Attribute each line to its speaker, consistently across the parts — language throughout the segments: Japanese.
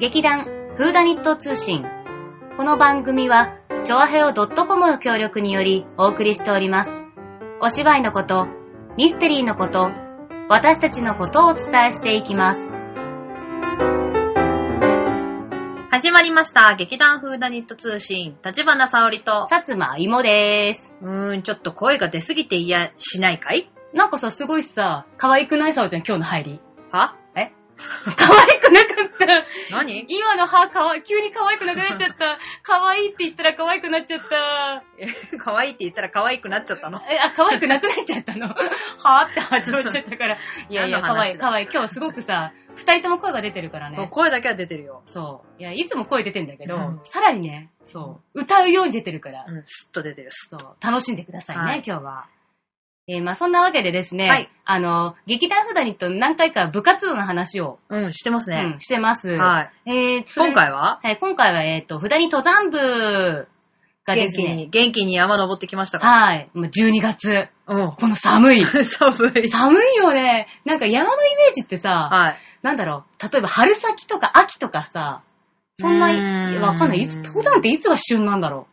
Speaker 1: 劇団フーダニット通信。この番組は、チョアヘオ .com の協力によりお送りしております。お芝居のこと、ミステリーのこと、私たちのことをお伝えしていきます。
Speaker 2: 始まりました。劇団フーダニット通信、立花沙織と。
Speaker 1: さつまいもでーす。
Speaker 2: うーん、ちょっと声が出すぎていや、しないかい
Speaker 1: なんかさ、すごいさ、可愛くないさおちゃん、今日の入り。
Speaker 2: はえ
Speaker 1: 可愛くなかった。
Speaker 2: 何
Speaker 1: 今の歯かわい、急に可愛くなくなっちゃった。可愛いって言ったら可愛くなっちゃった。
Speaker 2: 可愛いって言ったら可愛くなっちゃったの。
Speaker 1: え、あ、可愛くなくなっちゃったの。 はぁって始まっちゃったから。 いやいや、
Speaker 2: 何の話だ
Speaker 1: 可愛い、可愛い。今日すごくさ、二人とも声が出てるからね。
Speaker 2: 声だけは出てるよ。
Speaker 1: そう。いや、いつも声出てんだけど、
Speaker 2: うん
Speaker 1: さらにね、そう、歌うように出てるから、
Speaker 2: うん、スッと出てる。スッ
Speaker 1: そ
Speaker 2: と。
Speaker 1: う、楽しんでくださいね、
Speaker 2: はい
Speaker 1: 今日は。えーまあそんなわけでですね、
Speaker 2: はい
Speaker 1: あの、劇団ふだにと何回か部活動の話を、
Speaker 2: うん、してます
Speaker 1: う
Speaker 2: ね。
Speaker 1: ん、してます。
Speaker 2: はい。
Speaker 1: えーそれ
Speaker 2: 今回は
Speaker 1: はい、今回は、えっ、と、ふだに登山部がで
Speaker 2: 元
Speaker 1: す
Speaker 2: 気
Speaker 1: ね、
Speaker 2: に、元気に山登ってきましたか
Speaker 1: はい、もう12月、
Speaker 2: うん。
Speaker 1: この寒い。
Speaker 2: 寒い。
Speaker 1: 寒いよね。なんか山のイメージってさ、
Speaker 2: はい。
Speaker 1: なんだろう、例えば春先とか秋とかさ、そんな
Speaker 2: うー
Speaker 1: に、
Speaker 2: ん
Speaker 1: わかんない。いつ、登山っていつが旬なんだろ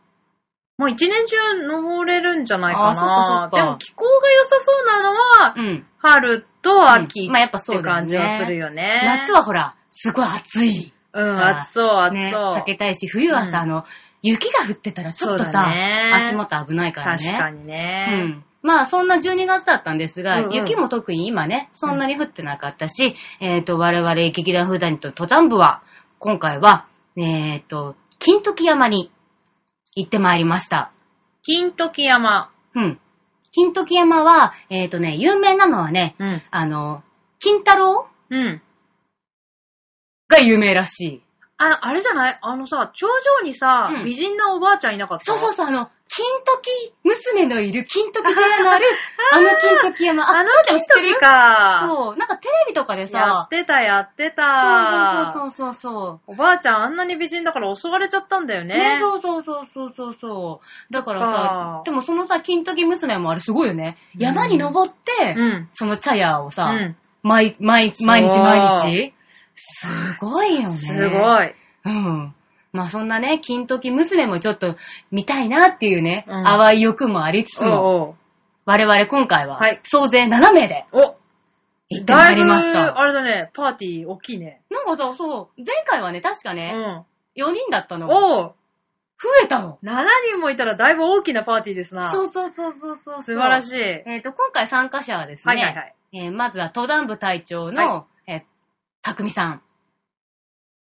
Speaker 2: もう一年中登れるんじゃないかな。
Speaker 1: あそっかそっか
Speaker 2: でも気候が良さそうなのは、
Speaker 1: う。うん。
Speaker 2: 春と秋
Speaker 1: うん
Speaker 2: っ
Speaker 1: まあやっぱそう
Speaker 2: て
Speaker 1: だよね
Speaker 2: 感じはするよね。
Speaker 1: 夏はほら、すごい暑い。
Speaker 2: うん、
Speaker 1: さ
Speaker 2: 暑そう、暑そう。
Speaker 1: ね、避けたいし、冬はさ、
Speaker 2: うん
Speaker 1: あの、雪が降ってたらちょっと
Speaker 2: そうだ
Speaker 1: さ、
Speaker 2: ね
Speaker 1: 足元危ないからね。
Speaker 2: 確かに
Speaker 1: う
Speaker 2: ね。
Speaker 1: ん。まあそんな12月だったんですが、
Speaker 2: うんうん
Speaker 1: 雪も特に今ね、そんなに降ってなかったし、えっ、と、我々劇団風団と登山部は、今回は、えっ、と、金時山に行ってまいりました。
Speaker 2: 金時山。
Speaker 1: うん。金時山は、えっ、とね、有名なのはね、
Speaker 2: うん。
Speaker 1: あの、金太郎
Speaker 2: うん。
Speaker 1: が有名らしい。
Speaker 2: あ、あれじゃないあのさ、頂上にさ、
Speaker 1: うん
Speaker 2: 美人なおばあちゃんいなかった
Speaker 1: そうそうそう、あの、金時娘のいる金時寺 のある、あの金時山。
Speaker 2: あの
Speaker 1: そうちゃん
Speaker 2: 金
Speaker 1: 知ってる
Speaker 2: 時か。
Speaker 1: そう、なんかテレビとかで
Speaker 2: や
Speaker 1: さ
Speaker 2: っ、てた、やってた。
Speaker 1: そうそうそうそうそう。
Speaker 2: おばあちゃんあんなに美人だから襲われちゃったんだよね。
Speaker 1: ね、そうそうそうそうそうそう。だから
Speaker 2: そっ
Speaker 1: さ
Speaker 2: か、
Speaker 1: でもそのさ、金時娘もあれすごいよね。
Speaker 2: うん
Speaker 1: 山に登って、
Speaker 2: うん。
Speaker 1: その茶屋を
Speaker 2: う
Speaker 1: さ、
Speaker 2: ん。
Speaker 1: 毎毎毎日
Speaker 2: そう
Speaker 1: 毎日。すごいよね。
Speaker 2: すごい。
Speaker 1: うん。まあそんなね、金時娘もちょっと見たいなっていうね、
Speaker 2: うん
Speaker 1: 淡い欲もありつつも、
Speaker 2: おう
Speaker 1: 我々今回は
Speaker 2: はい、
Speaker 1: 総勢7名で
Speaker 2: おうお、
Speaker 1: 行ってまいりまし
Speaker 2: だいぶ
Speaker 1: た。
Speaker 2: あれだね、パーティー大きいね。
Speaker 1: なんかさ、そう、前回はね、確か
Speaker 2: う
Speaker 1: ね、
Speaker 2: ん。
Speaker 1: 4人だったのが。増
Speaker 2: おう
Speaker 1: えたの。
Speaker 2: 7人もいたらだいぶ大きなパーティーですな。
Speaker 1: そうそうそうそうそう。
Speaker 2: 素晴ら
Speaker 1: い。
Speaker 2: しい。は
Speaker 1: えっ、と、今回参加者はですね、
Speaker 2: いはいはい。
Speaker 1: えーまずは登壇部隊長の、
Speaker 2: は
Speaker 1: えーたくみさん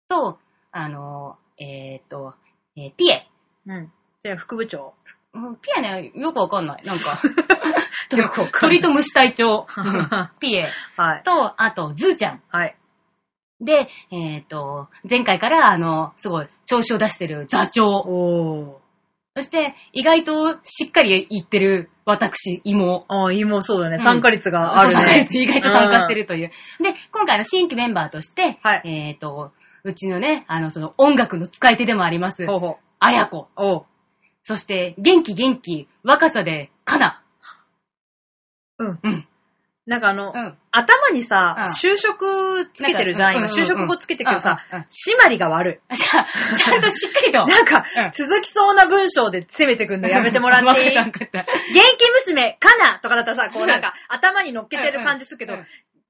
Speaker 1: と、あのーえっ、と、えーピエ。
Speaker 2: うん。じゃあ、副部長。
Speaker 1: うんピエね、よくわかんない。なんか、
Speaker 2: よくわかんな
Speaker 1: 鳥
Speaker 2: い
Speaker 1: と虫隊 長。うんピエ。
Speaker 2: はい。
Speaker 1: と、あと、ズーちゃん。
Speaker 2: はい。
Speaker 1: で、えっ、と、前回から、あの、すごい、調子を出してる座長。
Speaker 2: おー。
Speaker 1: そして、意外としっかり言ってる私、妹。
Speaker 2: ああ、芋そうだね。
Speaker 1: うん
Speaker 2: 参加率がある
Speaker 1: そう参加
Speaker 2: ね。
Speaker 1: 率意外と参加してるという。で、今回の新規メンバーとして、
Speaker 2: はい
Speaker 1: えっ、と、うちのね、あの、その音楽の使い手でもあります、
Speaker 2: ほうほ
Speaker 1: あやこ。
Speaker 2: う。おう。
Speaker 1: そして、元気元気、若さで、かな。
Speaker 2: うん。
Speaker 1: うん。
Speaker 2: なんかあの、
Speaker 1: うん。
Speaker 2: 頭に
Speaker 1: うん
Speaker 2: さ、就職つけてるじゃん、
Speaker 1: なん
Speaker 2: 今。
Speaker 1: か
Speaker 2: 就職後つけてるけどさ
Speaker 1: うんうんうん、
Speaker 2: 締まりが悪い。
Speaker 1: じゃあ、ちゃんとしっかりと。
Speaker 2: なんか
Speaker 1: うん、
Speaker 2: 続きそうな文章で攻めてくんのやめてもらっていい
Speaker 1: わか
Speaker 2: 元
Speaker 1: ったわかった
Speaker 2: 気娘、かなとかだったらさ、こうなんか、頭に乗っけてる感じするけど
Speaker 1: うんうん、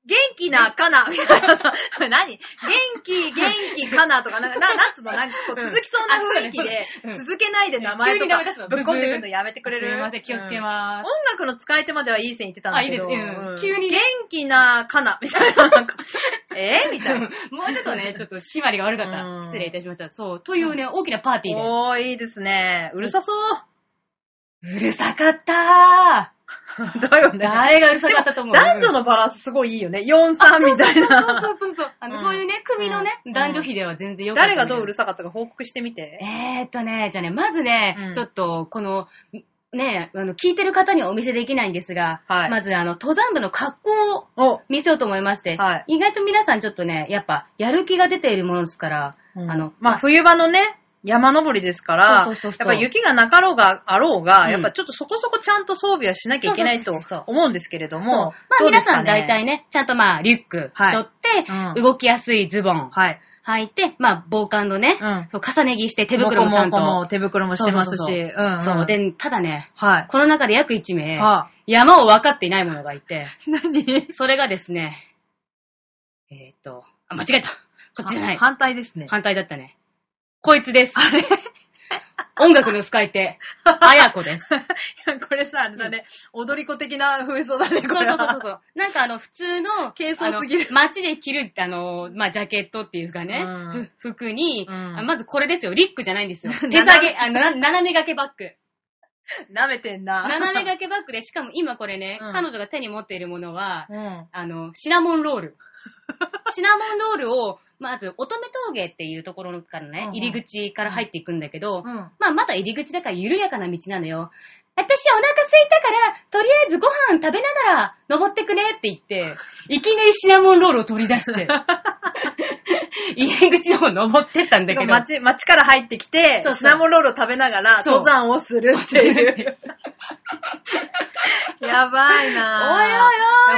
Speaker 2: 元気な、かなみたいなさ、それ何元気、元気、かなとか、なんか、ななんつうの、なんかこう、
Speaker 1: うん
Speaker 2: 続きそうな雰囲気で
Speaker 1: う、ん
Speaker 2: 続けないで名前
Speaker 1: 急
Speaker 2: と
Speaker 1: に名
Speaker 2: か
Speaker 1: 前出すの、
Speaker 2: ぶっ込んでくるのやめてくれる
Speaker 1: すみません、気をつけ
Speaker 2: う
Speaker 1: ま
Speaker 2: ん
Speaker 1: す。
Speaker 2: 音楽の使い手まではいい線いってたんだけど、
Speaker 1: あいいですうん
Speaker 2: うん
Speaker 1: 急にね
Speaker 2: 元気な、かなみたいな、なんか、えーみたいな。
Speaker 1: もうちょっとね、ちょっと締まりが悪かった
Speaker 2: う
Speaker 1: ら
Speaker 2: ん
Speaker 1: 失礼いたしました。そう、というね、大きなパーティーで。
Speaker 2: おー、いいですね。うるさそう。
Speaker 1: うるさかった
Speaker 2: だよ
Speaker 1: ー
Speaker 2: ね。
Speaker 1: 誰がうるさかったと思う
Speaker 2: 男女のバランスすごいいいよね。4、3みたい
Speaker 1: そ
Speaker 2: な。
Speaker 1: うそうそう。あの、
Speaker 2: うん
Speaker 1: そういうね、組のね、
Speaker 2: うん
Speaker 1: 男女比では全然よかった、
Speaker 2: 誰がどううる
Speaker 1: さ
Speaker 2: さかったか報告してみて。
Speaker 1: えーっとね、じゃあね、まずね、
Speaker 2: うん
Speaker 1: ちょっと、この、ね、あの、聞いてる方にはお見せできないんですが、
Speaker 2: はい
Speaker 1: まず、あの、登山部の格好を
Speaker 2: お、
Speaker 1: 見せようと思いまして、
Speaker 2: はい
Speaker 1: 意外と皆さんちょっとね、やっぱ、やる気が出ているものですから、あ
Speaker 2: あ
Speaker 1: の
Speaker 2: の、、まあ、冬場のね、山登りですから、
Speaker 1: そうそうそうそう
Speaker 2: やっぱ雪がなかろうが、あろうが、
Speaker 1: うん
Speaker 2: やっぱちょっとそこそこちゃんと装備はしなきゃいけないと
Speaker 1: そうそうそうそう
Speaker 2: 思うんですけれど
Speaker 1: そうま
Speaker 2: も、
Speaker 1: あ
Speaker 2: どうで
Speaker 1: 皆
Speaker 2: すか
Speaker 1: さん
Speaker 2: ね
Speaker 1: 大体ね、ちゃんとまあリュック
Speaker 2: はい
Speaker 1: 背負って、
Speaker 2: うん
Speaker 1: 動きやすいズボン、
Speaker 2: はい。
Speaker 1: 履いて、まあ、防寒のね、
Speaker 2: うん
Speaker 1: そう重ね着して手袋もちゃんと。
Speaker 2: もこもこも手袋もしてます
Speaker 1: そう
Speaker 2: し。。
Speaker 1: そううんそう。、で、ただね、
Speaker 2: はい。
Speaker 1: この中で約1名、
Speaker 2: は
Speaker 1: 山を分かっていない者がいて、
Speaker 2: い。何
Speaker 1: それがですね、えーっと、あ、間違えた。こっちじゃない。
Speaker 2: 反対ですね。
Speaker 1: 反対だったね。こいつです。あれ音楽の使い手、あやこです。
Speaker 2: いや これさ、あれだね、踊り子的な風装だね、
Speaker 1: そ
Speaker 2: こ
Speaker 1: う
Speaker 2: れ
Speaker 1: そう
Speaker 2: は。
Speaker 1: そうそうそう。なんかあの、普通の、
Speaker 2: 軽装すぎる
Speaker 1: あの街で着る、あの、まあ、ジャケットっていうかね、
Speaker 2: うん
Speaker 1: ふ服に、
Speaker 2: うん
Speaker 1: あまずこれですよ、リックじゃないん ですよ。手
Speaker 2: 斜め
Speaker 1: 下げ、あな斜め掛けバッグ。
Speaker 2: 舐めてんな。
Speaker 1: 斜め掛けバッグで、しかも今これね、
Speaker 2: うん
Speaker 1: 彼女が手に持っているものは、
Speaker 2: うん。
Speaker 1: あの、シナモンロー ル。シナモンロールを、まず、乙女峠っていうところから
Speaker 2: うん
Speaker 1: ね
Speaker 2: う、ん
Speaker 1: 入り口から入っていくんだけど、
Speaker 2: うん。
Speaker 1: まあ、まだ入り口だから緩やかな道なのよ。私お腹空いたから、とりあえずご飯食べながら登ってくねって言 って、いきなりシナモンロールを取り出して、入り口の方登ってったんだけど。
Speaker 2: 街、街から入ってきて、
Speaker 1: そうそう
Speaker 2: シナモンロールを食べながら、
Speaker 1: そう
Speaker 2: 登山をするって いう。やばいな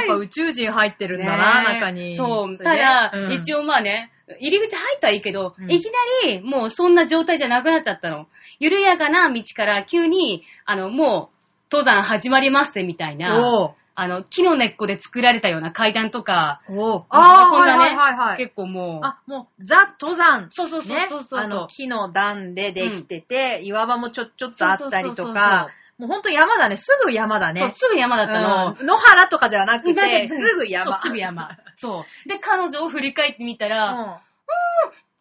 Speaker 1: おいおいおい
Speaker 2: やっぱ宇宙人入ってるんだ
Speaker 1: ね
Speaker 2: な、
Speaker 1: え
Speaker 2: 中に。
Speaker 1: そう。ただ、一
Speaker 2: 応。
Speaker 1: 応まあね、入り口入ったはいいけど、
Speaker 2: うん
Speaker 1: いきなりもうそんな状態じゃなくなっちゃったの。緩やかな道から急に、あの、もう、登山始まりますぜみたいな、
Speaker 2: おう
Speaker 1: あの、木の根っこで作られたような階段とか、
Speaker 2: おう
Speaker 1: あ
Speaker 2: あ
Speaker 1: あ、
Speaker 2: あ、
Speaker 1: こん
Speaker 2: は
Speaker 1: ないね、
Speaker 2: はいはいはい。
Speaker 1: 結構もう。
Speaker 2: あ、もう、ザ登山。
Speaker 1: そうそうそう
Speaker 2: ね
Speaker 1: そうそう、
Speaker 2: あの、木の段でできてて、岩場もちょ、ちょっとあった
Speaker 1: そ
Speaker 2: り
Speaker 1: うそ
Speaker 2: と
Speaker 1: うそうそう
Speaker 2: か、もうほんと山だね、すぐ山だね。
Speaker 1: そう、すぐ山だったの。
Speaker 2: うん野原とかじゃなく
Speaker 1: だけ
Speaker 2: て、
Speaker 1: ど
Speaker 2: すぐ山。
Speaker 1: そう、すぐ 山。そう。で、彼女を振り返ってみたら、
Speaker 2: うん
Speaker 1: 片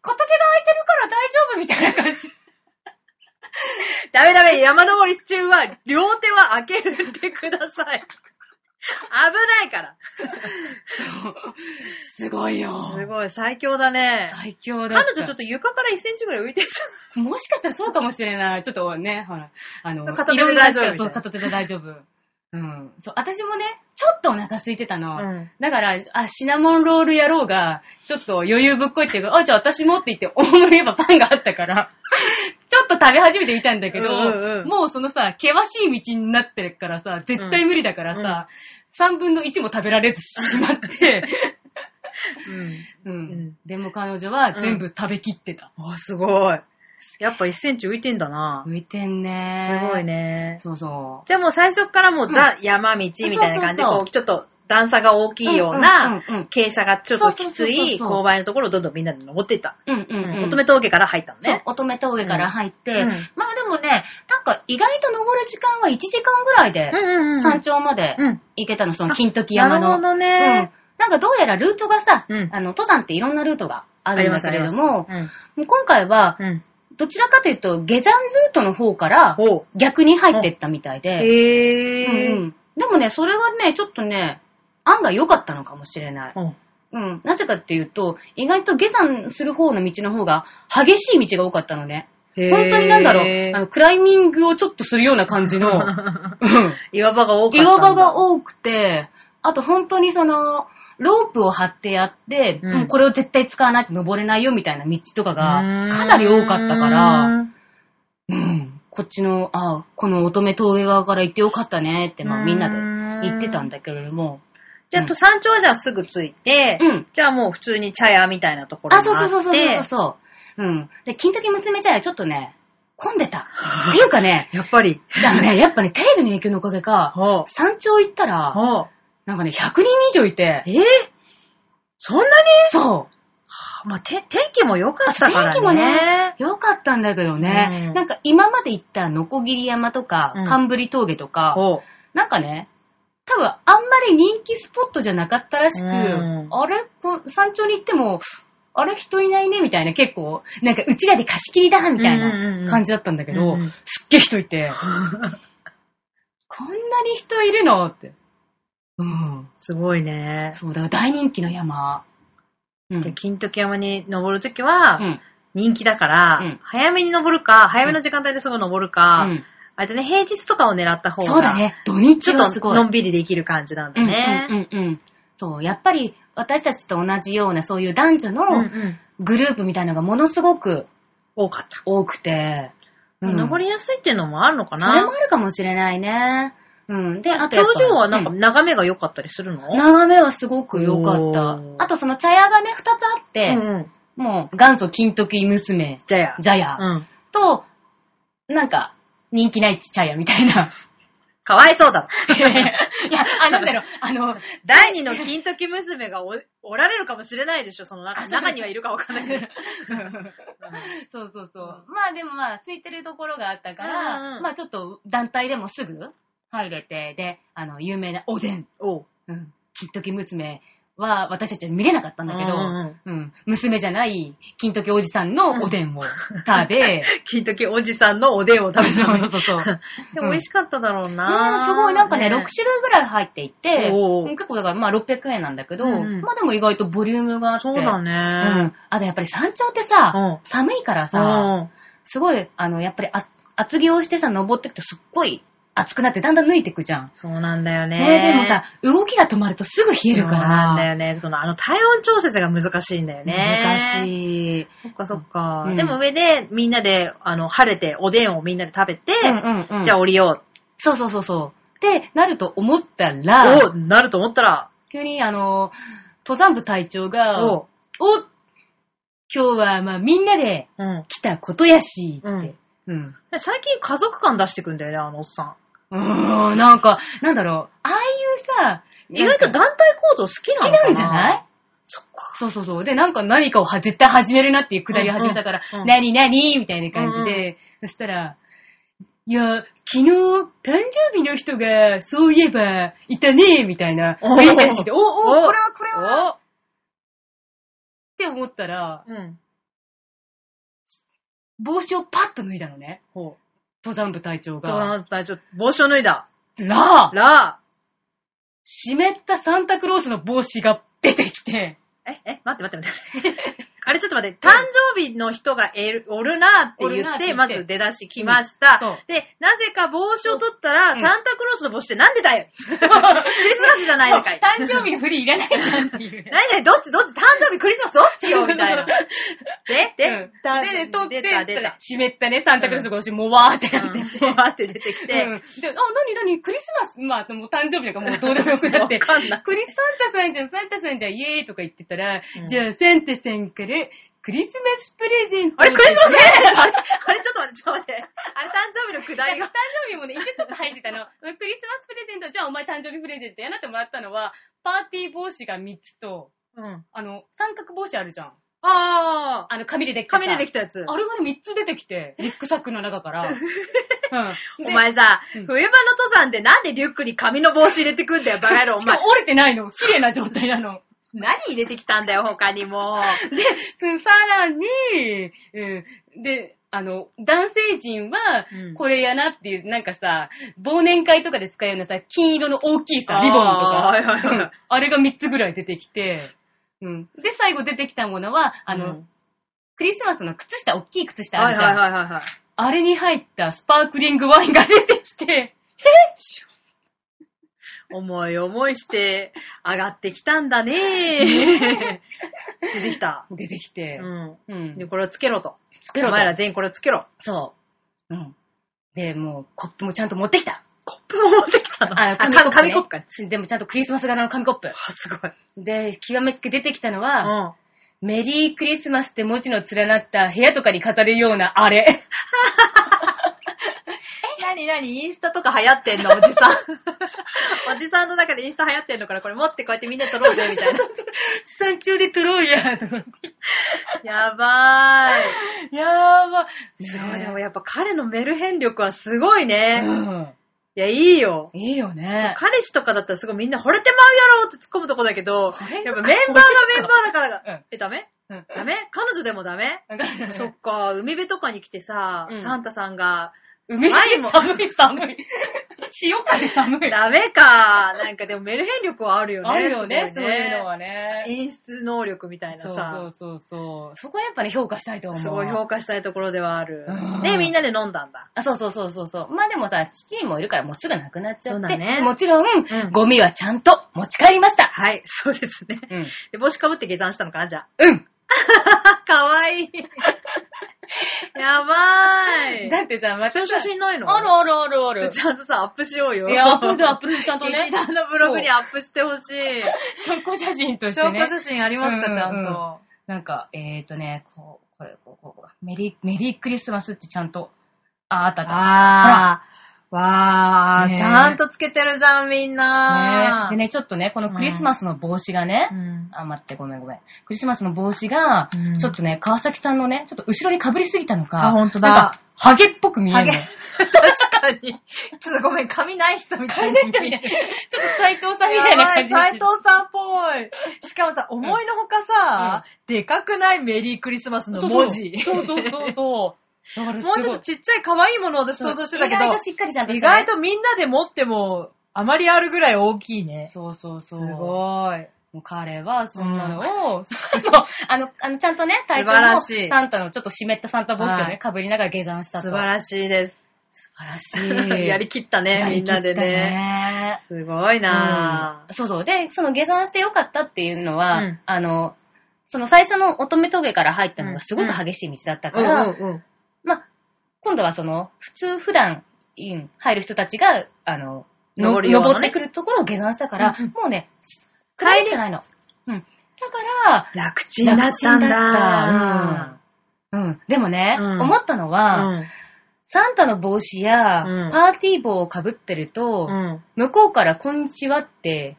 Speaker 1: 手が空いてるから大丈夫みたいな感じ。
Speaker 2: ダメダメ、山登り中は、両手は開けるってくださ い。危ないから。
Speaker 1: すごいよ。
Speaker 2: すごい、最強だね。
Speaker 1: 最強だ
Speaker 2: 彼女ちょっと床から1センチぐらい浮いてる
Speaker 1: と、もしかしたらそうかもしれない。ちょっとね、ほら、あの、
Speaker 2: 片手
Speaker 1: いろん
Speaker 2: で
Speaker 1: な
Speaker 2: 大丈夫みたいな
Speaker 1: 力そう、片手で大丈夫。うん。そう、私もね、ちょっとお腹空いてたの。
Speaker 2: うん
Speaker 1: だから、あ、シナモンロール野郎が、ちょっと余裕ぶっこいっていうか、あ、じゃあ私もって言って、思えばパンがあったから、 ちょっと食べ始めてみたんだけど、
Speaker 2: うんうんうん
Speaker 1: もうそのさ、険しい道になってるからさ、絶対無理だからさ、3分の1も食べられずしまって、 うん。
Speaker 2: ん
Speaker 1: でも彼女は全部食べきってた。
Speaker 2: あ、すごい。やっぱ1センチ浮いてんだな。
Speaker 1: 浮いてんね
Speaker 2: すごい。ね。
Speaker 1: そうそう。
Speaker 2: じゃあもう最初からもうザ・山道みたいな
Speaker 1: そ
Speaker 2: 感じで、
Speaker 1: うそうそう
Speaker 2: こう、ちょっと段差が大きいよう
Speaker 1: うん
Speaker 2: な
Speaker 1: うんうんうん、
Speaker 2: 傾斜がちょっときつ
Speaker 1: そうそうそう
Speaker 2: い
Speaker 1: そう
Speaker 2: 勾配のところをどんどんみんなで登っていった。
Speaker 1: うんう、
Speaker 2: うん
Speaker 1: うん
Speaker 2: ん乙女峠から入ったのね。
Speaker 1: そう、乙女峠から入って、
Speaker 2: うん
Speaker 1: まあでもね、なんか意外と登る時間は1時間ぐらいで、
Speaker 2: ん
Speaker 1: 山頂まで
Speaker 2: うん
Speaker 1: 行けたの、その金時
Speaker 2: な
Speaker 1: 山
Speaker 2: る
Speaker 1: の。
Speaker 2: ほど
Speaker 1: うん
Speaker 2: ね。
Speaker 1: なんかどうやらルートがさ、
Speaker 2: うん
Speaker 1: あの、登山っていろんなルートがあるんだけれども、も
Speaker 2: あります
Speaker 1: う今回は
Speaker 2: う、ん。うん。
Speaker 1: どちらかというと、下山ルートの方から
Speaker 2: おう
Speaker 1: 逆に入ってったみたいで、
Speaker 2: へ
Speaker 1: うんう
Speaker 2: ー。
Speaker 1: んでもね、それはね、ちょっとね、案外良かったのかもしれない。
Speaker 2: うん
Speaker 1: うん。なぜかっていうと、意外と下山する方の道の方が激しい道が多かったのね。本当になんだろう、あの、クライミングをちょっとするような感 じの、うん
Speaker 2: 岩場が多かったんだ。
Speaker 1: 岩場が多くて、あと本当にその、ロープを張ってやって、
Speaker 2: うん
Speaker 1: もうこれを絶対使わないと登れないよみたいな道とか
Speaker 2: う
Speaker 1: が
Speaker 2: ん
Speaker 1: かなり多かったから、。うんこっちの、あこの乙女峠側から行ってよかったねって、まあみんなで行ってたん
Speaker 2: だ。
Speaker 1: だけれども、
Speaker 2: じゃあ、と山頂はじゃあすぐ着いて
Speaker 1: うん、
Speaker 2: じゃあもう普通に茶屋みたいなところ
Speaker 1: あ、
Speaker 2: に
Speaker 1: そうそうそうそうそう
Speaker 2: う。
Speaker 1: そう。うん。で、金時娘ちゃんはちょっとね、混んでた。っていうかね、
Speaker 2: やっぱり。
Speaker 1: だから ね、やっぱね、テレビの影響のおかげか、
Speaker 2: ほう。
Speaker 1: 山頂行ったら、
Speaker 2: ほう。
Speaker 1: なんかね、100人以上いて、
Speaker 2: えーそんなに
Speaker 1: そう。
Speaker 2: まあ、て天気も良かったからね。
Speaker 1: 天気もね、良かったんだけどね、
Speaker 2: うん
Speaker 1: なんか今まで行ったノコギリ山とか
Speaker 2: うん、
Speaker 1: 寒ぶり峠とか、
Speaker 2: ほう。
Speaker 1: なんかね、多分あんまり人気スポットじゃなかったらしく、
Speaker 2: うん
Speaker 1: あれこ山頂に行っても、あれ人いないねみたいな結構、なんかうちらで貸し切りだみたい
Speaker 2: うんうんう
Speaker 1: なん感じだったんだけど、
Speaker 2: うんうん
Speaker 1: すっげえ人い て、こんなに人いるのって。うん。
Speaker 2: すごいね。
Speaker 1: そうだ、大人気の山。うん。
Speaker 2: で、金時山に登るときは
Speaker 1: う、ん。
Speaker 2: 人気だか
Speaker 1: う
Speaker 2: ら
Speaker 1: ん、
Speaker 2: 早めに登るか、早めの時間帯ですぐ登るか
Speaker 1: う、ん
Speaker 2: あとね、平日とかを狙った方が、
Speaker 1: そうだね。土日
Speaker 2: ちょ
Speaker 1: は
Speaker 2: っ
Speaker 1: す
Speaker 2: と
Speaker 1: ごい。
Speaker 2: のんびりできる感じなんだね。
Speaker 1: うんうんうんうん。そう、やっぱり私たちと同じようなそういう男女
Speaker 2: うん
Speaker 1: の
Speaker 2: うん
Speaker 1: グループみたいのがものすごく
Speaker 2: 多かった。
Speaker 1: 多くて、うん
Speaker 2: 登りやすいっていうのもあるのかな
Speaker 1: それもあるかもしれないね。うん。で、あとやっぱ
Speaker 2: 頂上はなんか
Speaker 1: う
Speaker 2: 眺めが良かったりするの
Speaker 1: 眺めはすごく良かった
Speaker 2: おー。
Speaker 1: あとその茶屋がね、二つあって、
Speaker 2: うんうん
Speaker 1: もう元祖金時娘、
Speaker 2: じゃや。
Speaker 1: ジャヤ、
Speaker 2: うん。
Speaker 1: と、なんか、人気ないちチャヤみ たいな。
Speaker 2: かわいそうだ。
Speaker 1: いや、あ、なんだろう、 あの、
Speaker 2: 第二の金時娘がおおられるかもしれないでしょ、その中
Speaker 1: あそう
Speaker 2: 中にはいるかわかんないけど。
Speaker 1: そうそうそう。まあでもまあ、ついてるところがあったか
Speaker 2: うんうんう
Speaker 1: ら、
Speaker 2: ん
Speaker 1: まあちょっと団体でもすぐ入れて、で、あの、有名なおでん、
Speaker 2: おう。
Speaker 1: うん、金時娘は私たちは見れなかったんだけど、う
Speaker 2: う
Speaker 1: んん
Speaker 2: うん
Speaker 1: 娘じゃない金時おじさんのおでんを食べ、
Speaker 2: 金時おじさんのおでんを食べ
Speaker 1: そ
Speaker 2: たの
Speaker 1: うそうそう。
Speaker 2: でも美味しかっただろ
Speaker 1: う
Speaker 2: うな、
Speaker 1: ん、すごい、なんかね、6種類ぐらい入っていて、
Speaker 2: おう
Speaker 1: うん結構だから、まあ600円なんだけど、
Speaker 2: うんうん
Speaker 1: まあでも意外とボリュームがあって。
Speaker 2: そうだ
Speaker 1: う
Speaker 2: ね
Speaker 1: ん。。あとやっぱり山頂ってさ、
Speaker 2: うん
Speaker 1: 寒いからさ、
Speaker 2: うん
Speaker 1: すごい、あの、やっぱりあ厚着をしてさ、登ってくとすっごい暑くなってだんだん抜いてくじゃん。
Speaker 2: そうなんだよね。
Speaker 1: ねでもさ、動きが止まるとすぐ冷えるから。
Speaker 2: そうなんだよね。その、あの、体温調節が難しいんだよね。
Speaker 1: 難
Speaker 2: い。
Speaker 1: しい。
Speaker 2: そっかそっか。
Speaker 1: うん
Speaker 2: でも上で、みんなで、あの、晴れて、おでんをみんなで食べて、
Speaker 1: うんうんうん。
Speaker 2: じゃあ降りよ
Speaker 1: そうそうそうそう。ってなると思った
Speaker 2: う。
Speaker 1: ら、
Speaker 2: おなると思ったら、
Speaker 1: 急にあの、登山部隊長が、お
Speaker 2: お
Speaker 1: 今日はまあみんなで
Speaker 2: うん。
Speaker 1: 来たことやし、って。
Speaker 2: うん
Speaker 1: うん。
Speaker 2: 最近家族感出してくんだよね、あのおっさん。
Speaker 1: うーん、なんか、なんだろう。ああいうさ、
Speaker 2: 意外と
Speaker 1: なんか
Speaker 2: 団体行動好きな
Speaker 1: 好き
Speaker 2: のかな
Speaker 1: なんじゃない
Speaker 2: そっか。
Speaker 1: そうそうそう。で、なんか何かをは絶対始めるなっていうくだりを始めたから、
Speaker 2: うんうんうん
Speaker 1: 何何みたいな感じで、そしたら、いや、昨日、誕生日の人が、そういえば、いたねみたいな、
Speaker 2: おー
Speaker 1: 言い返して、お、お、
Speaker 2: お
Speaker 1: これはこれはっ
Speaker 2: お
Speaker 1: て思ったら、
Speaker 2: うん。
Speaker 1: 帽子をパッと脱いだのね。
Speaker 2: ほう。
Speaker 1: 登山部隊長
Speaker 2: ちょっとあ
Speaker 1: が。
Speaker 2: の隊長、帽子を脱いだ。
Speaker 1: ら、
Speaker 2: ら、
Speaker 1: 湿ったサンタクロースの帽子が出てきて、
Speaker 2: え、え、待って待って待 って。あれちょっと待って、誕生日の人がえるおるなって
Speaker 1: おる
Speaker 2: 言
Speaker 1: な
Speaker 2: っ
Speaker 1: って
Speaker 2: て、
Speaker 1: 言って
Speaker 2: まず出だし来ました、
Speaker 1: うんそう
Speaker 2: で、なぜか帽子を取った
Speaker 1: う
Speaker 2: ら、サ
Speaker 1: ん
Speaker 2: ンタクロースの帽子ってなんで だよクリスマスじゃないのかい
Speaker 1: 誕生日のふりいらないじゃんっていう。
Speaker 2: 何々どっちどっち誕生日クリスマスどっちよみたいな。で、で、
Speaker 1: うん
Speaker 2: だ
Speaker 1: で、で、撮って、
Speaker 2: 出
Speaker 1: そし
Speaker 2: た、
Speaker 1: た
Speaker 2: 出
Speaker 1: ら
Speaker 2: た。
Speaker 1: 湿ったね、サンタクロースが押して、もわーってなってて。
Speaker 2: うんわーって出てき
Speaker 1: う
Speaker 2: て、
Speaker 1: んで、あ、なになに、クリスマス、まあ、もう誕生日なんかもうどうでもよくなって。
Speaker 2: わかんない
Speaker 1: クリスサンタさんじゃん、サンタさんじゃん、イエーイとか言ってたら、
Speaker 2: うん
Speaker 1: じゃあサンタさんからクリスマスプレゼント。
Speaker 2: あれクリスマスプレゼントあれあれちょっと待って、ちょっと待って。あれ誕生日のくだり
Speaker 1: いや誕。
Speaker 2: が
Speaker 1: 生日もね、一応ちょっと入ってたの。 クリスマスプレゼント、じゃあお前誕生日プレゼントやなってもらったのは、パーティー帽子が3つと、
Speaker 2: うん。
Speaker 1: あの、三角帽子あるじゃん。
Speaker 2: あー。
Speaker 1: あの、紙ででっかい
Speaker 2: 紙でできたやつ。
Speaker 1: あれがね、3つ出てき て、リュックサックの中から。うん
Speaker 2: お
Speaker 1: で
Speaker 2: 前さ、
Speaker 1: うん
Speaker 2: 冬場の登山でなんでリュックに紙の帽子入れてくんだよ、バカ野 郎。お
Speaker 1: しか
Speaker 2: 前、
Speaker 1: も折れてないの。綺麗な状態なの。
Speaker 2: 何入れてきたんだよ、他にもう。
Speaker 1: で、すさらに、うん、で、あの、男性陣は
Speaker 2: うん、
Speaker 1: これやなっていう、なんかさ、忘年会とかで使うようなさ、金色の大きいさ、
Speaker 2: あー
Speaker 1: リボンと
Speaker 2: はいはい
Speaker 1: か、
Speaker 2: はい
Speaker 1: うんあれが3つぐらい出てきて、うん、で、最後出てきたものは、あの、
Speaker 2: うん
Speaker 1: クリスマスの靴下、大きい靴下あ
Speaker 2: はい
Speaker 1: るじゃん。
Speaker 2: はいはいはいはい。
Speaker 1: あれに入ったスパークリングワインが出てきて、
Speaker 2: 重い思いして、上がってきたんだね出てきた。
Speaker 1: 出てきて、
Speaker 2: うん。
Speaker 1: うん。
Speaker 2: で、これをつけろと。
Speaker 1: つけろ
Speaker 2: お
Speaker 1: と
Speaker 2: 前ら全員これをつけろ。
Speaker 1: そう。うん。で、もう、コップもちゃんと持ってきた。
Speaker 2: コップを持ってきたの。
Speaker 1: あの、紙
Speaker 2: か
Speaker 1: コップ、
Speaker 2: 紙コップか。
Speaker 1: か。でもちゃんとクリスマス柄の紙コップ
Speaker 2: あ。すごい。
Speaker 1: で、極めつけ出てきたの
Speaker 2: う
Speaker 1: は、
Speaker 2: ん。
Speaker 1: メリークリスマスって文字の連なった部屋とかに飾るようなあれ。
Speaker 2: なになにインスタとか流行ってんのおじ さん。おじさんの中でインスタ流行ってんのからこれ持ってこうやってみんなで撮ろうぜみたいな。
Speaker 1: 山頂で撮ろうや、とか。
Speaker 2: やばー い。
Speaker 1: やーば。
Speaker 2: すごい、でも
Speaker 1: ね
Speaker 2: やっぱ彼のメルヘン力はすごいね。い
Speaker 1: うん。
Speaker 2: や、いいよ。
Speaker 1: いいよね。
Speaker 2: 彼氏とかだったらすごいみんな惚れてまうやろって突っ込むとこだけど
Speaker 1: 惚れ、る
Speaker 2: やっ
Speaker 1: か
Speaker 2: ぱメンバーがメンバーだから
Speaker 1: うん
Speaker 2: え、ダメ
Speaker 1: うん
Speaker 2: ダメ彼女でもダメそっか、海辺とかに来てさ、
Speaker 1: うん
Speaker 2: サンタさんが、
Speaker 1: 梅雨も寒い寒い。 潮風寒い。
Speaker 2: ダメか。なんかでもメルヘン力はあるよ ね。
Speaker 1: あるよね、
Speaker 2: す
Speaker 1: そう
Speaker 2: ご
Speaker 1: いうのはね。
Speaker 2: 演出能力みたいな
Speaker 1: そう
Speaker 2: さ。
Speaker 1: そうそうそう。そこはやっぱね、評価したいと思う。
Speaker 2: すごい評価したいところではある
Speaker 1: うん。
Speaker 2: で、みんなで飲んだんだ。
Speaker 1: あ、そうそうそうそうそう。まあでもさ、父もいるからもうすぐなくなっちゃ
Speaker 2: そう
Speaker 1: っ
Speaker 2: だ
Speaker 1: て、
Speaker 2: ね
Speaker 1: もちろん、
Speaker 2: ん
Speaker 1: ゴミはちゃんと持ち帰りました。
Speaker 2: はい、そうですね。
Speaker 1: うん。
Speaker 2: で、帽子かぶって下山したのかな、じゃあ。
Speaker 1: うん。
Speaker 2: あ、 かわいい。やばい。
Speaker 1: だってさ、ま
Speaker 2: そ
Speaker 1: た
Speaker 2: の
Speaker 1: さ
Speaker 2: 写真ないの
Speaker 1: あるあるあるあ
Speaker 2: それ
Speaker 1: る。
Speaker 2: ちゃんとさ、アップしようよ。
Speaker 1: いや、アップル、アップルちゃんとね
Speaker 2: 劇。団のブログにアップしてほしい。
Speaker 1: 証拠写真として
Speaker 2: 証
Speaker 1: ね。
Speaker 2: 拠写真ありますか、ちゃんと。
Speaker 1: なんか、えーとね、こう、これ、こう、こうこうメリー、メリークリスマスってちゃんと、あ、あったあった。
Speaker 2: あー。わー、
Speaker 1: ねえ
Speaker 2: ちゃんとつけてるじゃん、みんな
Speaker 1: ね。でね、ちょっとね、このクリスマスの帽子がね、
Speaker 2: うん。
Speaker 1: あ、待って、ごめんごめん。クリスマスの帽子が、
Speaker 2: うん
Speaker 1: ちょっとね、川崎さんのね、ちょっと後ろに被りすぎたのか、
Speaker 2: あほんとだ
Speaker 1: なんか、ハゲっぽく見えるの。
Speaker 2: ハゲ確かに。ちょっとごめん、髪ない人みたいな。
Speaker 1: ちょっと斎藤さんみ
Speaker 2: や
Speaker 1: たいな感
Speaker 2: ば
Speaker 1: じ
Speaker 2: い、
Speaker 1: になっ
Speaker 2: 斎
Speaker 1: ちゃっ
Speaker 2: 藤
Speaker 1: た
Speaker 2: さんっぽい。しかもさ、思いのほかさ、でかくないメリークリスマスの文字。
Speaker 1: そうそうそうそうそう。 だからす
Speaker 2: も
Speaker 1: ご
Speaker 2: う
Speaker 1: い
Speaker 2: ちょっとちっちゃい可愛いものを私想像してたけ
Speaker 1: 意外
Speaker 2: ど
Speaker 1: と、しっかりちゃんと
Speaker 2: 意
Speaker 1: したね
Speaker 2: 外とみんなで持っても、あまりあるぐらい大きいね。
Speaker 1: そうそうそ
Speaker 2: す
Speaker 1: う。
Speaker 2: ごい。
Speaker 1: もう彼は、そんなのを、そうあの、あの、ちゃんとね、隊長
Speaker 2: 素晴らしい
Speaker 1: のサンタのちょっと湿ったサンタ帽子を
Speaker 2: は
Speaker 1: ね
Speaker 2: い、
Speaker 1: 被りながら下山した
Speaker 2: 素
Speaker 1: と。
Speaker 2: 晴らしいです。
Speaker 1: 素晴らしい。
Speaker 2: やりきったね、
Speaker 1: や
Speaker 2: み
Speaker 1: りき
Speaker 2: ん
Speaker 1: った
Speaker 2: なでね。
Speaker 1: ね。
Speaker 2: すごいな
Speaker 1: うんそうそう。で、その下山してよかったっていうのは、
Speaker 2: うん
Speaker 1: あの、その最初の乙女峠から入ったのがすごく激しい道だった
Speaker 2: ぁ。う
Speaker 1: か
Speaker 2: ん
Speaker 1: ら、
Speaker 2: うんうん。
Speaker 1: まあ、今度はその、普通普段、うん入る人たちが、あの、の
Speaker 2: 登
Speaker 1: 登
Speaker 2: るようなね
Speaker 1: ってくるところを下山したから、
Speaker 2: うんうん
Speaker 1: もうね、帰りしかないの。うん。だから、
Speaker 2: 楽ちんだったんだ。
Speaker 1: うん。うん。でもね、
Speaker 2: うん
Speaker 1: 思ったのは、
Speaker 2: うん
Speaker 1: サンタの帽子や、
Speaker 2: うん
Speaker 1: パーティー帽をかぶってると、
Speaker 2: うん。
Speaker 1: 向こうからこんにちはって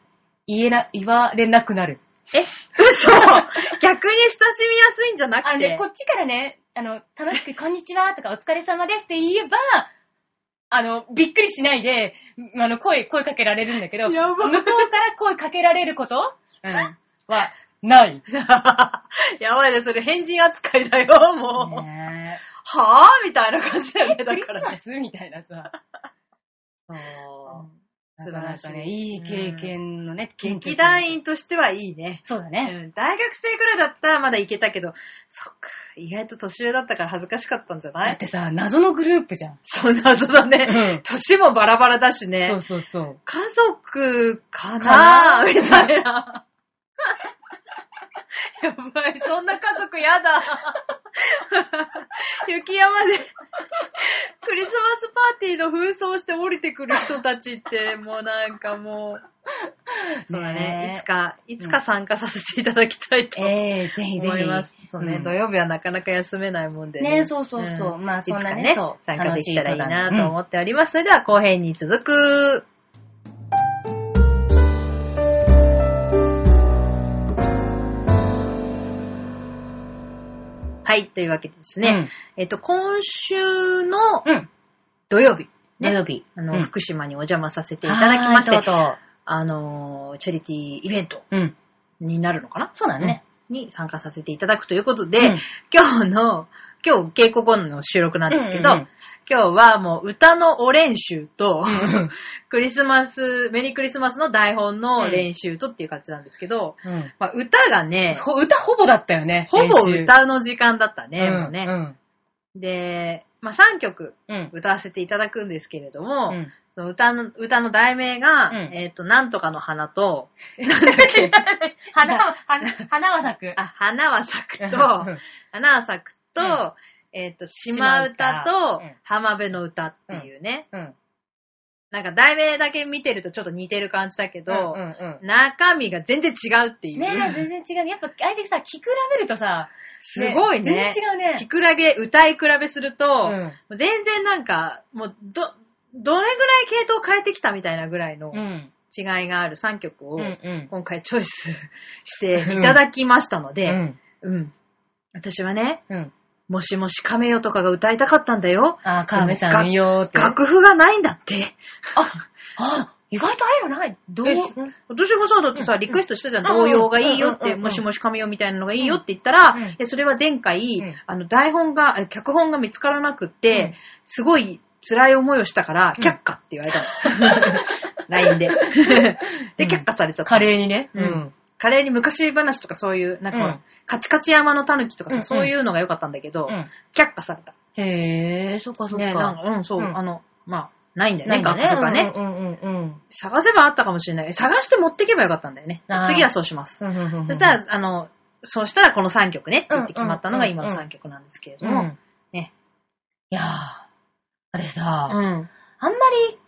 Speaker 1: 言えな、言われなくなる。え
Speaker 2: 嘘 逆に親しみやすいんじゃな
Speaker 1: あ
Speaker 2: く
Speaker 1: れ、
Speaker 2: て
Speaker 1: こ。っちからね、あの、楽しく、こんにちはとか、お疲れ様ですって言えば、あの、びっくりしないで、んあの、声、声かけられるんだけど、向
Speaker 2: や
Speaker 1: こ
Speaker 2: ば
Speaker 1: うから声かけられること
Speaker 2: うん
Speaker 1: は、 ない。
Speaker 2: やばいね、それ変人扱いだよ、もう。
Speaker 1: ね
Speaker 2: はぁみたいな感じだよね、
Speaker 1: えク
Speaker 2: だ
Speaker 1: リ
Speaker 2: か
Speaker 1: ス
Speaker 2: ら
Speaker 1: マ
Speaker 2: ね。
Speaker 1: スみたいなさ。そう。
Speaker 2: 素
Speaker 1: 素
Speaker 2: 晴
Speaker 1: 晴
Speaker 2: ら
Speaker 1: ら
Speaker 2: しい
Speaker 1: しい。いい経験のね、経験
Speaker 2: 劇団員としてはいいね。
Speaker 1: そうだ
Speaker 2: う
Speaker 1: ね。
Speaker 2: ん大学生ぐらいだったらまだいけたけど、そっか、意外と年上だったから恥ずかしかったんじゃな
Speaker 1: だっ
Speaker 2: い
Speaker 1: てさ、謎のグループじゃん。
Speaker 2: そう、謎だ
Speaker 1: う
Speaker 2: ね
Speaker 1: ん。
Speaker 2: 年もバラバラだしね
Speaker 1: そう。そうそう。
Speaker 2: 家族かな
Speaker 1: かな
Speaker 2: みたいな。 やばい、そんな家族やだ。 雪山でクリスマスパーティーの紛争して降りてくる人たちって、もうなんかもう、そうだね、
Speaker 1: ねえ
Speaker 2: いつか、いつか参加させていただきたいと思
Speaker 1: ええぜひぜひ。
Speaker 2: います。そうね、
Speaker 1: ん
Speaker 2: 土曜日はなかなか休めないもんでね。
Speaker 1: ねそうそうそうんまあそんなね
Speaker 2: いつか
Speaker 1: そう
Speaker 2: 参加できたらい
Speaker 1: 楽しい登
Speaker 2: いな
Speaker 1: 山
Speaker 2: と思っております。それでは後編に続く。はい、というわけでですね。えっと、今週の
Speaker 1: うん。うん。
Speaker 2: 土曜日、
Speaker 1: 土
Speaker 2: ね
Speaker 1: 曜日。
Speaker 2: あの、
Speaker 1: うん
Speaker 2: 福島にお邪魔させていただきまして、
Speaker 1: はいどうぞ
Speaker 2: あのー、チャリティーイベント
Speaker 1: うん。
Speaker 2: になるのかな
Speaker 1: そうだね。
Speaker 2: に参加させていただくということで、
Speaker 1: うん
Speaker 2: 今日の、今日稽古後の収録なんですけど、
Speaker 1: うんうん
Speaker 2: 今日はもう歌のお練習と、 クリスマス、メリークリスマスの台本の練習とっていう感じなんですけど、
Speaker 1: うん。
Speaker 2: まあ、歌がね、
Speaker 1: ほ歌ほぼだったよね。
Speaker 2: ほぼ
Speaker 1: 練習
Speaker 2: 歌の時間だったね、もう
Speaker 1: う
Speaker 2: ね。
Speaker 1: ん。
Speaker 2: で、まあ、3曲
Speaker 1: うん。
Speaker 2: 歌わせていただくんですけれ
Speaker 1: う
Speaker 2: ど も、
Speaker 1: ん。
Speaker 2: その歌の、歌の題名が、
Speaker 1: うん
Speaker 2: えっ、と、なんとかの花と、
Speaker 1: 花は、花、花は咲く。
Speaker 2: あ、花は咲く
Speaker 1: う
Speaker 2: と、
Speaker 1: ん
Speaker 2: 花は咲くと、
Speaker 1: うん
Speaker 2: えっ、と、島歌
Speaker 1: 島
Speaker 2: と
Speaker 1: 唄うん
Speaker 2: 浜辺の歌っていうね。
Speaker 1: うん。
Speaker 2: なんか題名だけ見てるとちょっと似てる感じだけど、
Speaker 1: うんうん
Speaker 2: 中身が全然違うっていう。
Speaker 1: ねえ、全然違うね。やっぱ、あれでさ、聞き比べるとさ、
Speaker 2: すごいね。
Speaker 1: 全然違う
Speaker 2: 聞
Speaker 1: ね。
Speaker 2: くらげ、歌い比べすると、
Speaker 1: ん
Speaker 2: 全然なんか、もう、ど、どれぐらい系統変えてきたみたいなぐらいの
Speaker 1: うん。
Speaker 2: 違いがある3曲を、
Speaker 1: うん。
Speaker 2: 今回チョイスしていただきましたので、
Speaker 1: う
Speaker 2: うん、
Speaker 1: ん。
Speaker 2: 私はね、
Speaker 1: うん。
Speaker 2: もしもし亀よとかが歌いたかったんだよ。
Speaker 1: あー、川辺さん見ようって。
Speaker 2: 楽譜がないんだって。
Speaker 1: あ、あ、意外とああいうのない。どう
Speaker 2: え私がさ、だってさ、リクエストしてたじゃん。童謡がいいよっ
Speaker 1: うんうん
Speaker 2: て、
Speaker 1: うんうん
Speaker 2: もしもし亀よみたいなのがいいよって言ったら、
Speaker 1: うん
Speaker 2: いやそれは前回、
Speaker 1: うん
Speaker 2: あの、台本が、え脚本が見つからなくって、
Speaker 1: うん
Speaker 2: すごい辛い思いをしたから、
Speaker 1: うん
Speaker 2: 却下って言われた の。LINE で。で、
Speaker 1: うん
Speaker 2: 却下されちゃった。
Speaker 1: カレーにね。
Speaker 2: うん。カレーに昔話とかそういう、なんかほら、
Speaker 1: うん
Speaker 2: カチカチ山の狸とかさ、
Speaker 1: うんうん
Speaker 2: そういうのが良かったんだけど、
Speaker 1: うん。
Speaker 2: 却下された。
Speaker 1: へえ、そっかそっ
Speaker 2: ね、なん
Speaker 1: か。
Speaker 2: か、うん、そう、
Speaker 1: うん
Speaker 2: あの、まあ、ないんだよ
Speaker 1: な
Speaker 2: ね、
Speaker 1: んか
Speaker 2: 楽譜がね。
Speaker 1: うんうんうんうん。
Speaker 2: 探せばあったかもしれない。探して持ってけばよかったんだよね
Speaker 1: あ。ー
Speaker 2: 次はそうします。
Speaker 1: そ
Speaker 2: そ
Speaker 1: し
Speaker 2: した
Speaker 1: ら
Speaker 2: たら、あの、そうしたらこの3曲ねって言って決まったのが
Speaker 1: うんうん
Speaker 2: 今の3曲なんですけれども。ね。
Speaker 1: いやー、あれさ、あん
Speaker 2: うん
Speaker 1: まり、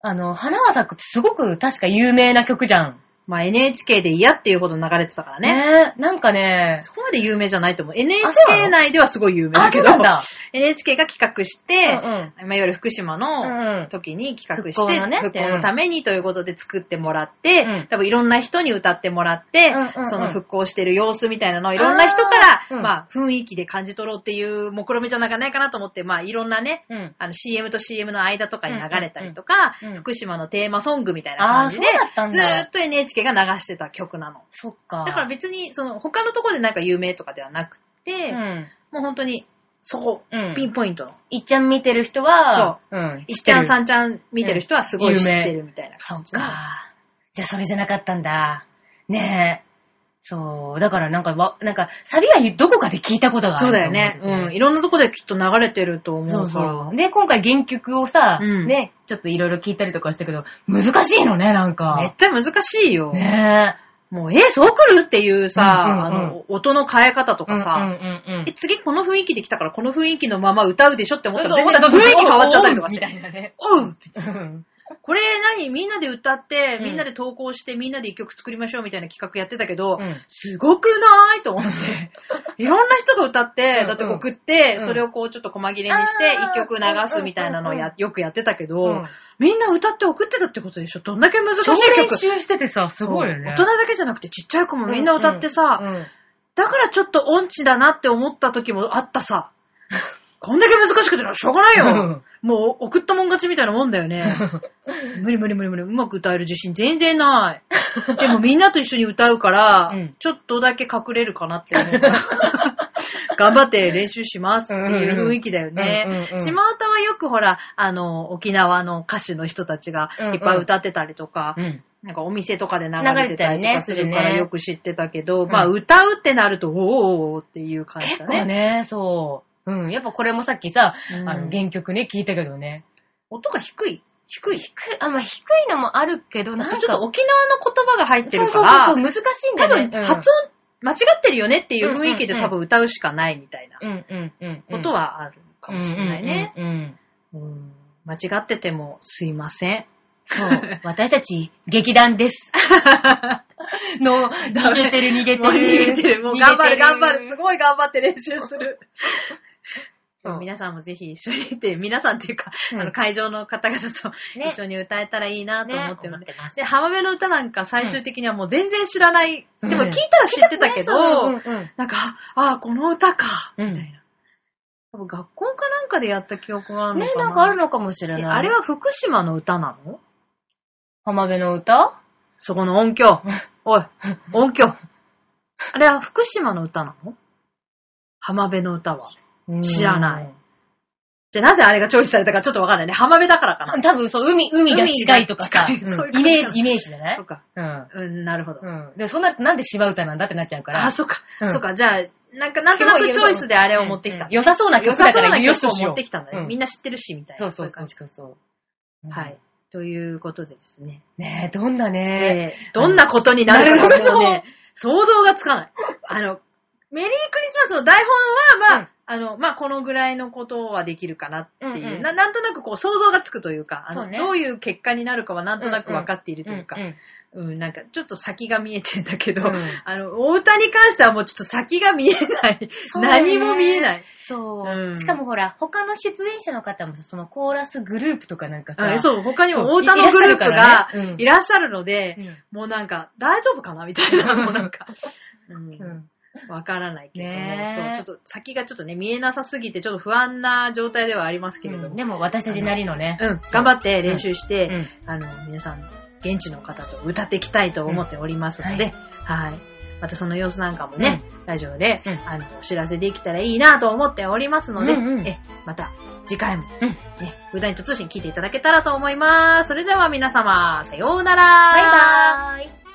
Speaker 1: あの、花は咲くってすごく確か有名な曲じゃん。
Speaker 2: まあ NHK で嫌っていうほど流れてたからね。
Speaker 1: ねえなんかね、
Speaker 2: そこまで有名じゃないと思う。
Speaker 1: そうな
Speaker 2: NHK
Speaker 1: の
Speaker 2: 内ではすごい有名
Speaker 1: あ、
Speaker 2: だけ
Speaker 1: そう
Speaker 2: ど、
Speaker 1: なんだ。
Speaker 2: NHK が企画して、
Speaker 1: うん
Speaker 2: まあ、いわゆる福島
Speaker 1: うん。
Speaker 2: の
Speaker 1: うんうん
Speaker 2: 時に企画して、
Speaker 1: 復興のね
Speaker 2: 復興のためにということで作ってもらって、
Speaker 1: うん
Speaker 2: 多分いろんな人に歌ってもらって、
Speaker 1: うんうんうん
Speaker 2: その復興してる様子みたいなのをいろんな人から、
Speaker 1: あーうん
Speaker 2: まあ雰囲気で感じ取ろうっていう目論見みじゃなかないかなと思って、まあいろんなね、
Speaker 1: うん。
Speaker 2: あの CM と CM の間とかに流れたりとか、
Speaker 1: うんうんうんうん
Speaker 2: 福島のテーマソングみたいな
Speaker 1: あ
Speaker 2: 感
Speaker 1: あ、
Speaker 2: じ
Speaker 1: そ
Speaker 2: で
Speaker 1: う、だったん
Speaker 2: ずー
Speaker 1: だ
Speaker 2: っ。と NHK が流してた曲なの。
Speaker 1: そっか。
Speaker 2: だから別に、その他のところでなんか有名とかではなくて、
Speaker 1: うん。
Speaker 2: もう本当に、そこ、
Speaker 1: うん
Speaker 2: ピンポイントの。
Speaker 1: いっちゃん見てる人は、そう。ん。
Speaker 2: 一ちゃん
Speaker 1: ん。
Speaker 2: 三ちゃん見てる人はすごい
Speaker 1: うん
Speaker 2: 知
Speaker 1: 有
Speaker 2: っ
Speaker 1: 名
Speaker 2: てるみたいな
Speaker 1: そ
Speaker 2: 感
Speaker 1: っ
Speaker 2: じ。
Speaker 1: か。じゃあそれじゃなかったんだ。ねえ。そう。だからなんかわ、なんか、サビはどこかで聞いたことがある
Speaker 2: そう
Speaker 1: と思
Speaker 2: だよね。うん。いろんなとこできっと流れてると思うから。
Speaker 1: そうそう。で、今回原曲をさ、
Speaker 2: うん
Speaker 1: ね、ちょっといろいろ聞いたりとかしたけど、難しいのね、なん
Speaker 2: めっ
Speaker 1: か。
Speaker 2: ちゃ難しいよ。
Speaker 1: ねえ。
Speaker 2: もう、え、そう来るっていうさ、
Speaker 1: うんうんうん
Speaker 2: あの、音の変え方とか
Speaker 1: うんう
Speaker 2: さ、
Speaker 1: んうんうん
Speaker 2: え、次この雰囲気で来たからこの雰囲気のまま歌うでしょって思ったら全然
Speaker 1: そう
Speaker 2: 雰
Speaker 1: そう
Speaker 2: 囲気変わっちゃったりとかして。
Speaker 1: みたいなね。
Speaker 2: おう
Speaker 1: うん
Speaker 2: これ何みんなで歌って、
Speaker 1: うん
Speaker 2: みんなで投稿して、みんなで一曲作りましょうみたいな企画やってたけど、
Speaker 1: うん
Speaker 2: すごくないと思 って。いろんな人が歌って、だって送って、
Speaker 1: うん
Speaker 2: それをこうちょっと細切れにして、
Speaker 1: あー
Speaker 2: 一曲流すみたいなのを
Speaker 1: うんうん
Speaker 2: や
Speaker 1: う
Speaker 2: よくやってたけど、
Speaker 1: うん
Speaker 2: みんな歌って送ってたってことでしょどんだけ難しい
Speaker 1: 超
Speaker 2: 曲
Speaker 1: 練習しててさ、すごいよね。
Speaker 2: そう大人だけじゃなくてちっちゃい子もみんな歌ってさ、
Speaker 1: うんうん
Speaker 2: だからちょっと音痴だなって思った時もあったさ。こんだけ難しくてしょうがない よ。もう送ったもん勝ちみたいなもんだよね。無理無理無理無理。うまく歌える自信全然 ない。でもみんなと一緒に歌うから、
Speaker 1: うん
Speaker 2: ちょっとだけ隠れるかなって思う から。頑張って練習しますっていう雰囲気だよ
Speaker 1: うんうんうんうんう
Speaker 2: ね。
Speaker 1: ん
Speaker 2: 島唄はよくほら、あの、沖縄の歌手の人たちがいっぱい歌ってたりとか、
Speaker 1: うん
Speaker 2: なんかお店とかで流れてたりとかする
Speaker 1: 流
Speaker 2: か
Speaker 1: れてたり
Speaker 2: ら
Speaker 1: ね
Speaker 2: よく知ってたけど、
Speaker 1: ん
Speaker 2: まあ歌うってなると、おーおーおーっていう感じ
Speaker 1: 結
Speaker 2: だ
Speaker 1: 構
Speaker 2: ね。
Speaker 1: ね、そう。うん、やっぱこれもさっきさ、
Speaker 2: うん
Speaker 1: あの原曲ね、聞いたけどね。
Speaker 2: 音が低い低い。ち
Speaker 1: 低い、あ、まあ低いのもあるけど、
Speaker 2: ょ
Speaker 1: なんか、
Speaker 2: っと沖縄の言葉が入って
Speaker 1: そう
Speaker 2: る
Speaker 1: そ
Speaker 2: か
Speaker 1: うそう
Speaker 2: ら、
Speaker 1: 難しいんだ
Speaker 2: 多
Speaker 1: よね
Speaker 2: 分。発音間違ってるよねっていう雰囲気で
Speaker 1: うん
Speaker 2: 多分歌うしかないみたいな
Speaker 1: うん、うん、うん。
Speaker 2: ことはあるかもしれないね。
Speaker 1: うん。うんうん
Speaker 2: うん間違っててもすいません。
Speaker 1: そう。私たち、劇団です。の、逃げてる、逃げてる。
Speaker 2: もう逃げてる。もう頑張る、頑張る。す
Speaker 1: い。
Speaker 2: ごい頑張って練習する。
Speaker 1: そう
Speaker 2: 皆さんもぜひ一緒に行って、皆さんっていうか、
Speaker 1: うん
Speaker 2: あの会場の方々と
Speaker 1: ね
Speaker 2: 一緒に歌えたらいいなと思ってます。
Speaker 1: ね思ってます
Speaker 2: で、浜辺の歌なんか最終的にはもう全然知らない。
Speaker 1: うん
Speaker 2: でも聞いたら知ってたけど、
Speaker 1: うんうん
Speaker 2: なんか、ああ、この歌か、
Speaker 1: うん
Speaker 2: みたいな。多分学校かなんかでやった記憶があ
Speaker 1: う
Speaker 2: る
Speaker 1: ん。
Speaker 2: の
Speaker 1: ね
Speaker 2: かな。、
Speaker 1: なんかあるのかもしれない。
Speaker 2: えあれは福島の歌なの
Speaker 1: 浜辺の歌
Speaker 2: そこの音響。おい、音響。あれは福島の歌なの浜辺の歌は。知らない。じゃあなぜあれがチョイスされたかちょっとわかんないね。浜辺だからかな。
Speaker 1: 多分そう、海、海が近いとかさ、
Speaker 2: 海が近いそう
Speaker 1: う
Speaker 2: いう
Speaker 1: ん
Speaker 2: 感
Speaker 1: イ
Speaker 2: じ
Speaker 1: メージ、イメージじゃない
Speaker 2: そうか。
Speaker 1: うん。
Speaker 2: うん、なるほど。
Speaker 1: うん。で、そうなるとなんで芝歌なんだってなっちゃうから。
Speaker 2: あ、そうか
Speaker 1: う。ん
Speaker 2: そうか。じゃあ、なんか、なんとなくチョイスであれを持ってき
Speaker 1: う
Speaker 2: た
Speaker 1: ん。 良さそうな
Speaker 2: 良
Speaker 1: 曲
Speaker 2: さ
Speaker 1: だ
Speaker 2: そ
Speaker 1: か
Speaker 2: うな
Speaker 1: ら、よしと
Speaker 2: 曲を
Speaker 1: し
Speaker 2: 持
Speaker 1: よ
Speaker 2: ってきたんだ
Speaker 1: う
Speaker 2: ね。
Speaker 1: ん
Speaker 2: みんな知ってるし、みたい
Speaker 1: そ
Speaker 2: な。
Speaker 1: うそうそう
Speaker 2: い感
Speaker 1: そうそう。
Speaker 2: じはい。。ということでですね。
Speaker 1: ねえ、どんなね。
Speaker 2: えーどんなことになるの
Speaker 1: な
Speaker 2: か
Speaker 1: るほど
Speaker 2: もうね、想像がつかない。あの、メリークリスマスの台本は、まあ、
Speaker 1: うん
Speaker 2: あの、まあ、このぐらいのことはできるかなってい
Speaker 1: う
Speaker 2: う、
Speaker 1: んうん
Speaker 2: ななんとなくこう想像がつくというか、あの
Speaker 1: そうね
Speaker 2: どういう結果になるかはなんとなく分かっていると
Speaker 1: う
Speaker 2: いうんか、
Speaker 1: う
Speaker 2: うん
Speaker 1: ん
Speaker 2: なんかちょっと先が見えてんだけど、
Speaker 1: うん
Speaker 2: あの、お歌に関してはもうちょっと先が見えない。
Speaker 1: そうね
Speaker 2: 何も見えない。
Speaker 1: そう、
Speaker 2: うん
Speaker 1: しかもほら、他の出演者の方もさ、そのコーラスグループとかなんかさ、
Speaker 2: あそう、他にも
Speaker 1: そ
Speaker 2: お
Speaker 1: う
Speaker 2: 歌のグループ
Speaker 1: い
Speaker 2: が
Speaker 1: らっしゃるからねうん
Speaker 2: いらっしゃるので、
Speaker 1: うん。
Speaker 2: もうなんか、大丈夫かなみたいな、もうなんか。うん
Speaker 1: うん
Speaker 2: わからないけど、
Speaker 1: ね
Speaker 2: そう
Speaker 1: え、
Speaker 2: ちょっと先がちょっとね、見えなさすぎて、ちょっと不安な状態ではありますけれど
Speaker 1: うん
Speaker 2: も、
Speaker 1: でも私たちなりのね。
Speaker 2: うん、頑張って練習して、
Speaker 1: うん
Speaker 2: あの、皆さん、現地の方と歌っていきたいと思っておりますので、はい、またその様子なんかもね、ラジオで、
Speaker 1: うん
Speaker 2: あの、お知らせできたらいいなと思っておりますので、
Speaker 1: うんうん
Speaker 2: え、また次回も、
Speaker 1: うん
Speaker 2: ね、うだにと通信聞いていただけたらと思います。それでは皆様、さようなら
Speaker 1: バイバーイ。